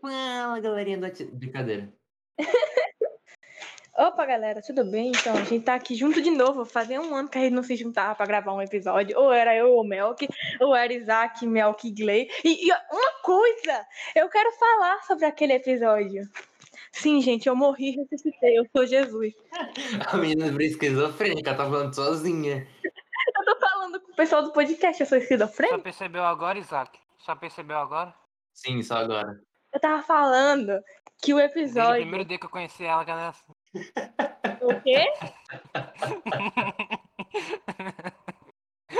Fala, galerinha do Ati... Brincadeira. Opa, galera, tudo bem? Então, a gente tá aqui junto de novo. Fazia um ano que a gente não se juntava pra gravar um episódio. Ou era eu ou Melk, ou era Isaac, Melk e Gley. E, e uma coisa, eu quero falar sobre aquele episódio. Sim, gente, eu morri e ressuscitei. Eu sou Jesus. A menina virou esquizofrênica, tá falando sozinha. Eu tô falando com o pessoal do podcast, eu sou Só esquizofrênico. percebeu agora, Isaac? Só percebeu agora? Sim, só agora. Eu tava falando que o Desde o episódio. primeiro dia que eu conheci ela, que ela era assim. O quê?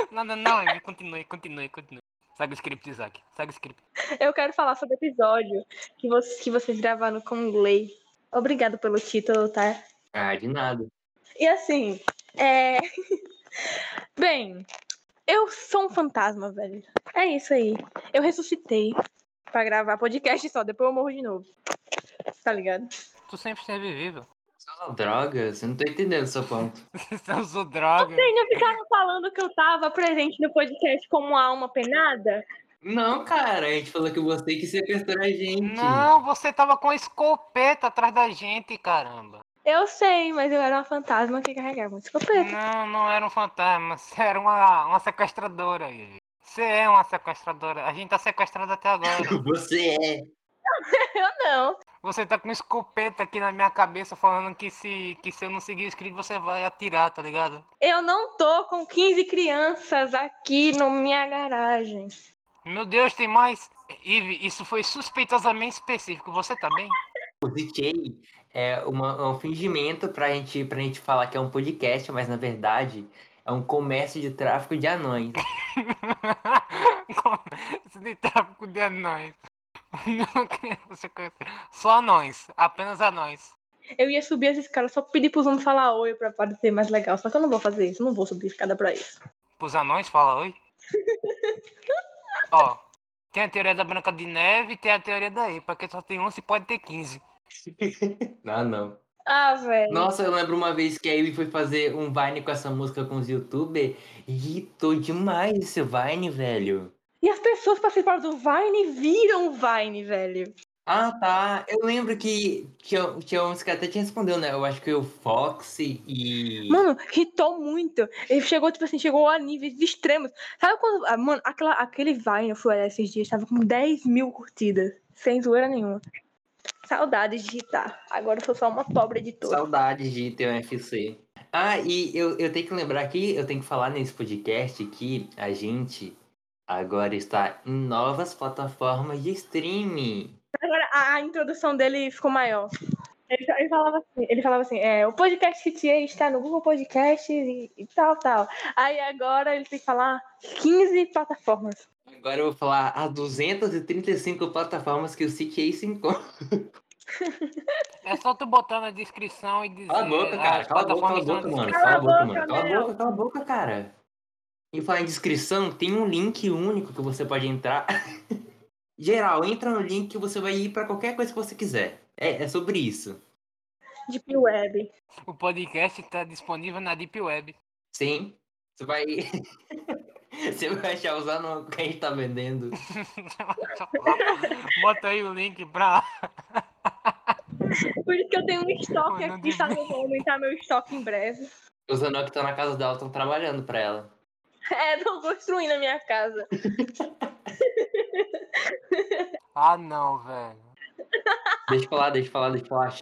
Não, não, não, Ivy, continue, continue, continue. Segue o script, Isaac. Segue o script. Eu quero falar sobre o episódio que, vo- que vocês gravaram com o Gley. Obrigado pelo título, tá? Ah, de nada. E assim, é. Bem, eu sou um fantasma, velho. É isso aí. Eu ressuscitei pra gravar podcast só, depois eu morro de novo. Tá ligado? Tu sempre esteve vivo. Você usa droga? Você não tá entendendo o seu ponto. Você usou droga. Ainda ficaram falando que eu tava presente no podcast como alma penada? Não, cara, a gente falou que você que sequestrou a gente. Não, você tava com a escopeta atrás da gente, caramba. Eu sei, mas eu era uma fantasma que carregava um escopeta. Não, não era um fantasma. Você era uma, uma sequestradora, Ivy. Você é uma sequestradora. A gente tá sequestrado até agora. Você é. Eu não. Você tá com uma escopeta aqui na minha cabeça falando que se, que se eu não seguir o script você vai atirar, tá ligado? Eu não tô com 15 crianças aqui na minha garagem. Meu Deus, tem mais. Ive, isso foi suspeitosamente específico. Você tá bem? O DJ é uma- é um fingimento pra gente, pra gente falar que é um podcast, mas na verdade é um comércio de tráfico de anões. Isso de tráfico de anões. Não queria você conhecer. Só anões, apenas anões. Eu ia subir as escadas só pedir pros homens falar oi pra parecer mais legal. Só que eu não vou fazer isso, eu não vou subir escada pra isso. Os anões, fala oi. Ó, tem a teoria da Branca de Neve e tem a teoria da Ipa, que só tem 11 e pode ter 15. Ah, não. Ah, velho. Nossa, eu lembro uma vez que a Ivy foi fazer um Vine com essa música com os youtubers e irritou demais esse Vine, velho. E as pessoas participaram do Vine viram o Vine, velho. Ah, tá. Eu lembro que tinha, tinha uns que até te respondeu, né? Eu acho que o Fox e. Mano, irritou muito. Ele chegou, tipo assim, chegou a níveis extremos. Sabe quando. ah, Mano, aquela- aquele Vine eu fui olhar esses dias, tava com 10 mil curtidas. Sem zoeira nenhuma. Saudades de editar. Agora eu sou só uma pobre editora. Saudades de ter um FC. Ah, e eu, eu tenho que lembrar aqui, eu tenho que falar nesse podcast que a gente agora está em novas plataformas de streaming. Agora, a, a introdução dele ficou maior. Ele, fa- ele falava assim, ele falava assim, é, o podcast que tinha está no Google Podcast e, e tal, tal. Aí agora ele tem que falar 15 plataformas. Agora eu vou falar as 235 plataformas que o CTA se encontra. É só tu botar na descrição e dizer. ah, Cala a boca, cara. É, as Cala a boca, cala a plataformas boca, estão na mano. descrição. Cala a boca, Cala mano. a boca, Cala a Léo. boca, cala a boca, cara. E falar em descrição, tem um link único que você pode entrar. Geral, entra no link que você vai ir pra qualquer coisa que você quiser. É, é sobre isso. Deep Web. O podcast tá disponível na Deep Web. Sim. Você vai. você vai achar os anúncios que a gente tá vendendo. Bota aí o link pra. Por isso que eu tenho um estoque Mano, né? aqui, de- sabe? Eu vou aumentar meu estoque em breve. Os anúncios que estão na casa dela estão trabalhando pra ela. É, tô construindo a minha casa. Ah, não, velho. Deixa eu falar, deixa eu falar, deixa eu falar.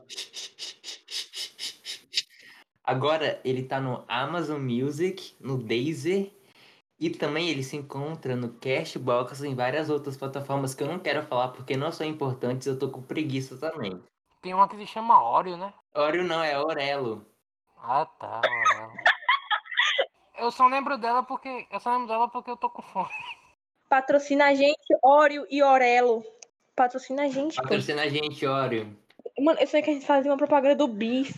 Agora ele tá no Amazon Music, no Deezer. E também ele se encontra no Cashbox e em várias outras plataformas que eu não quero falar porque não são importantes, eu tô com preguiça também. Tem uma que se chama Oreo, né? Oreo não, é Orelo. Ah, tá. Oreo. Eu só lembro dela porque. Eu só lembro dela porque eu tô com fome. Patrocina a gente, Oreo e Orelo. Patrocina a gente, pô. Patrocina a gente, Oreo. Mano, eu sei que a gente fazia uma propaganda do Bis.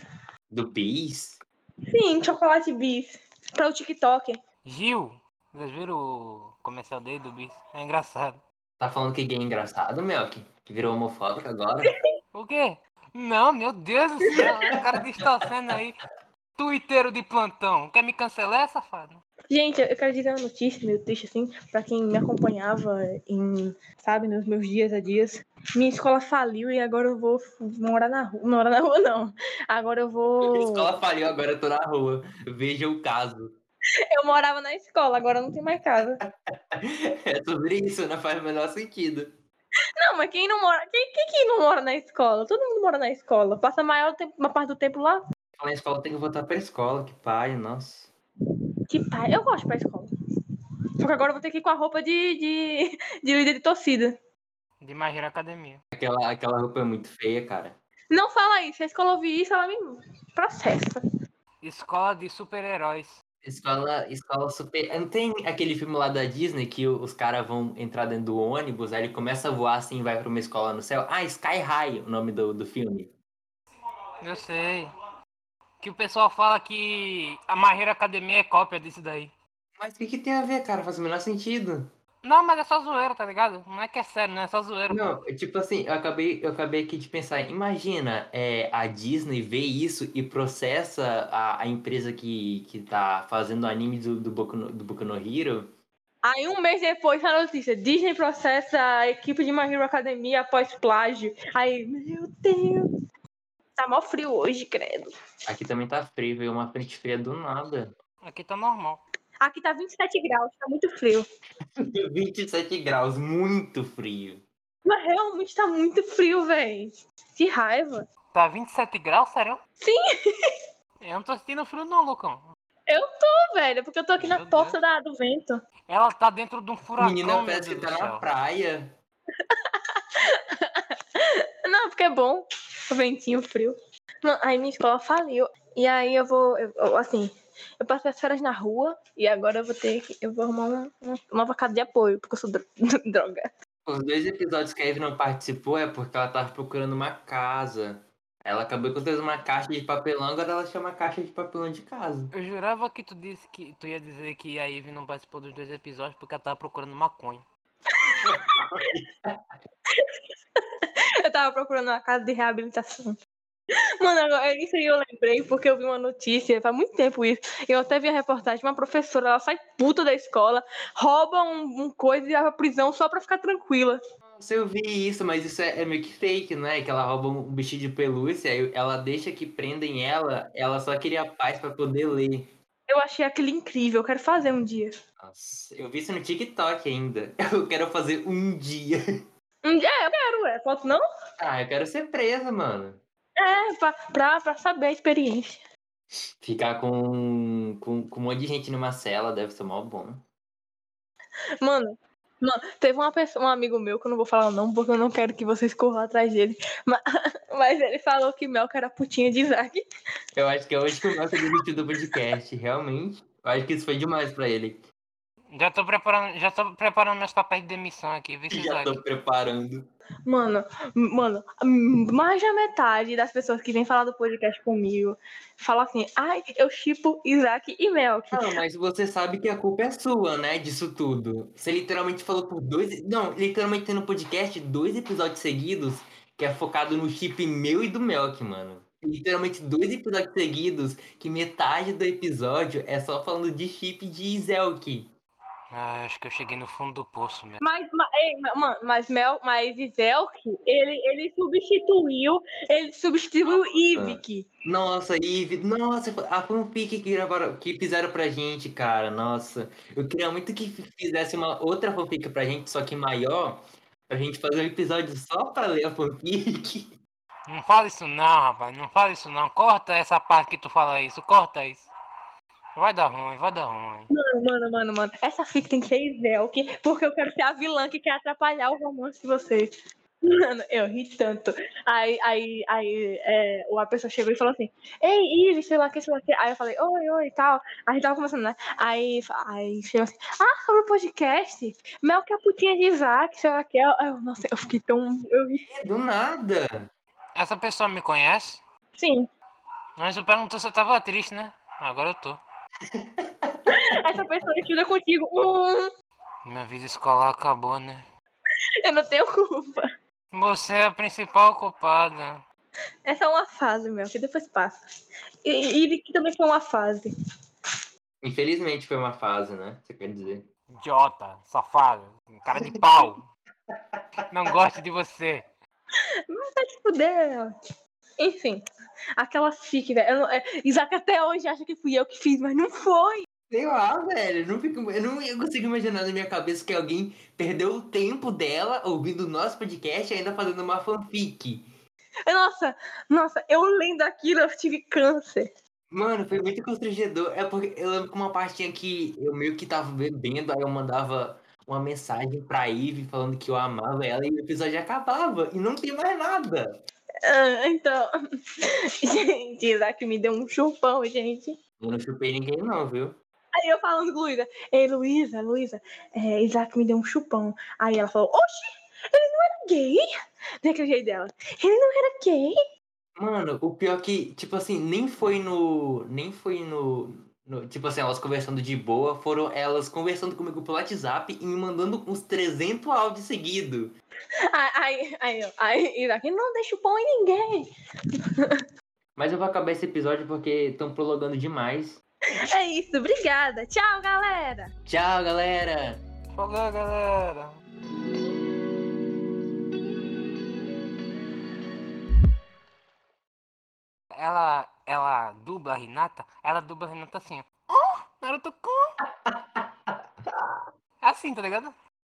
Do Bis? Sim, chocolate Bis. Pra o TikTok. Gil! Vocês viram o comercial dele do bicho? É engraçado. Tá falando que gay é engraçado, Melk? Que virou homofóbico agora? O quê? Não, meu Deus do céu, o cara distorcendo aí. Twitter de plantão. Quer me cancelar, é, safado? Gente, eu quero dizer uma notícia meio triste, assim, pra quem me acompanhava em, sabe, nos meus dias a dias. minha escola faliu e agora eu vou f- morar na rua. Morar na rua, não. Agora eu vou. A escola faliu, agora eu tô na rua. Veja o caso. Eu morava na escola, agora não tem mais casa. É sobre isso, não faz o menor sentido. Não, mas quem não mora. Quem, quem, quem não mora na escola? Todo mundo mora na escola. Passa a maior tempo, uma parte do tempo lá. Falar em escola tem que voltar pra escola, que pai, nossa. Que pai. Eu gosto de ir pra escola. Só que agora eu vou ter que ir com a roupa de, de, de líder de torcida. De Magia Academia. Aquela, aquela roupa é muito feia, cara. Não fala isso. Se a escola ouvir isso, ela me processa. Escola de super-heróis. Escola, escola super. Não tem aquele filme lá da Disney que o- os caras vão entrar dentro do ônibus, aí ele começa a voar assim e vai pra uma escola no céu. Ah, Sky High, o nome do, do filme. Eu sei. Que o pessoal fala que a Magia Academia é cópia disso daí. Mas o que, que tem a ver, cara? Faz o menor sentido. Não, mas é só zoeira, tá ligado? Não é que é sério, não é só zoeira. Não, é tipo assim, eu acabei, eu acabei aqui de pensar, imagina é, a Disney vê isso e processa a, a empresa que, que tá fazendo o anime do, do, Boku no, do Boku no Hero. Aí um mês depois na notícia, Disney processa a equipe de My Hero Academia após plágio. Aí, meu Deus. Tá mó frio hoje, credo. Aqui também tá frio, veio uma frente fria do nada. Aqui tá normal. Aqui tá 27 graus, tá muito frio. 27 graus, muito frio. Mas realmente tá muito frio, véi. Que raiva. Tá 27 graus, sério? Sim. Eu não tô sentindo frio não, Lucão. Eu tô, velho, porque eu tô aqui na Meu força da, do vento. Ela tá dentro de um furacão, Menina, meu parece que Deus tá do na céu. praia. Não, porque é bom. O ventinho frio. Não, aí minha escola faliu. E aí eu vou, eu- eu, assim, eu passei as férias na rua e agora eu vou ter que, eu vou arrumar uma, uma nova casa de apoio, porque eu sou dro- droga. Os dois episódios que a Eve não participou é porque ela tava procurando uma casa. Ela acabou encontrando uma caixa de papelão, agora ela chama a caixa de papelão de casa. Eu jurava que tu disse que tu ia dizer que a Ivy não participou dos dois episódios porque ela tava procurando maconha. Eu tava procurando uma casa de reabilitação. Mano, agora, isso aí eu lembrei porque eu vi uma notícia, faz muito tempo isso. Eu até vi a reportagem, uma professora, ela sai puta da escola, rouba um, um coisa e vai pra prisão só pra ficar tranquila. Nossa, eu vi isso, mas isso é, é meio que fake, né? Que ela rouba um bichinho de pelúcia, aí ela deixa que prendem ela, ela só queria paz pra poder ler. Eu achei aquilo incrível, eu quero fazer um dia. Nossa, eu vi isso no TikTok ainda. Eu quero fazer um dia. Um dia é, eu quero, é, posso não? Ah, eu quero ser presa, mano. É, pra, pra, pra saber a experiência. Ficar com, com, com um monte de gente numa cela deve ser mó bom. Mano, mano, teve uma pessoa, um amigo meu, que eu não vou falar o nome, porque eu não quero que vocês corram atrás dele. Mas, mas ele falou que Melka era putinha de Isaac. Eu acho que é hoje que o Marco desistiu do podcast, realmente. Eu acho que isso foi demais pra ele. Já tô preparando, já tô preparando meus papéis de demissão aqui, viu, Já Isaac? tô preparando. Mano, m- mano, m- mais da metade das pessoas que vêm falar do podcast comigo fala assim: ai, eu chipo Isaac e Melk. Não, mas você sabe que a culpa é sua, né? Disso tudo. Você literalmente falou por dois. Não, literalmente tem no podcast dois episódios seguidos que é focado no chip meu e do Melk, mano. Literalmente dois episódios seguidos que metade do episódio é só falando de chip de Zelk. Ah, acho que eu cheguei no fundo do poço, meu. Mas, ma- ei, ma- mano, mas Mel, mas Iselk, ele, ele substituiu, ele substituiu Ibik. Nossa, Ive, nossa, ah, a fanfic um que gravaram, que fizeram pra gente, cara, nossa. Eu queria muito que fizesse uma outra fanfic pra gente, só que maior, pra gente fazer um episódio só pra ler a fanfic. Não fala isso não, rapaz. Não fala isso não. Corta essa parte que tu fala isso. Corta isso. Vai dar ruim, vai dar ruim. Mano, mano, mano, mano, essa fic tem que ser Iselk, porque eu quero ser a vilã que quer atrapalhar o romance de vocês. Mano, eu ri tanto. Aí, aí, aí é, a pessoa chegou e falou assim: Ei, Ive, sei lá o que, sei lá o que. Aí eu falei: Oi, oi e tal. Aí a gente tava conversando, né? Aí, fa- aí chegou assim: Ah, sobre o podcast? Mel que a putinha de Isaac, sei lá o que. Aí eu, nossa, eu fiquei tão. Eu ri. É, Do nada. Essa pessoa me conhece? Sim, Mas eu perguntou se eu tava triste, né? Agora eu tô. essa pessoa estuda contigo. Hum, Minha vida escolar acabou, né? eu não tenho culpa. Você é a principal culpada. Essa é uma fase, Mel, que depois passa. E, e Ive, que também foi uma fase. Infelizmente foi uma fase, né? Você quer dizer? Idiota, safado, cara de pau. Não gosto de você. Mas vai se fuder. Enfim, aquela fic, velho. Eu não- é, Isaac até hoje acha que fui eu que fiz, mas não foi. Sei lá, velho. Eu não, fico, eu não eu consigo imaginar na minha cabeça que alguém perdeu o tempo dela ouvindo o nosso podcast e ainda fazendo uma fanfic. Nossa, nossa, eu lendo aquilo, eu tive câncer. Mano, foi muito constrangedor. É porque eu lembro que uma partinha que eu meio que tava bebendo, aí eu mandava uma mensagem pra Ivy falando que eu amava ela e o episódio acabava. E não tem mais nada. Ah, então, gente, Isaac me deu um chupão, gente. Eu não chupei ninguém, não, viu? Aí eu falando com Luísa, ei, Luísa, Luísa, é, Isaac me deu um chupão. Aí ela falou, oxi, ele não era gay? é Daquele jeito dela. Ele não era gay? Mano, o pior que, tipo assim, nem foi no. Nem foi no. no- tipo assim, elas conversando de boa, foram elas conversando comigo pelo WhatsApp e me mandando uns 300 áudios seguidos. Aí, aí, aí, eu- aí Isaac, ele não deu chupão em ninguém. Mas eu vou acabar esse episódio porque estão prolongando demais. É isso, obrigada. Tchau, galera. Tchau, galera! Falou, galera. Ela, ela dubla a Renata, ela dubla a Renata assim, ó. Oh, Naruto-kun! Assim, tá ligado?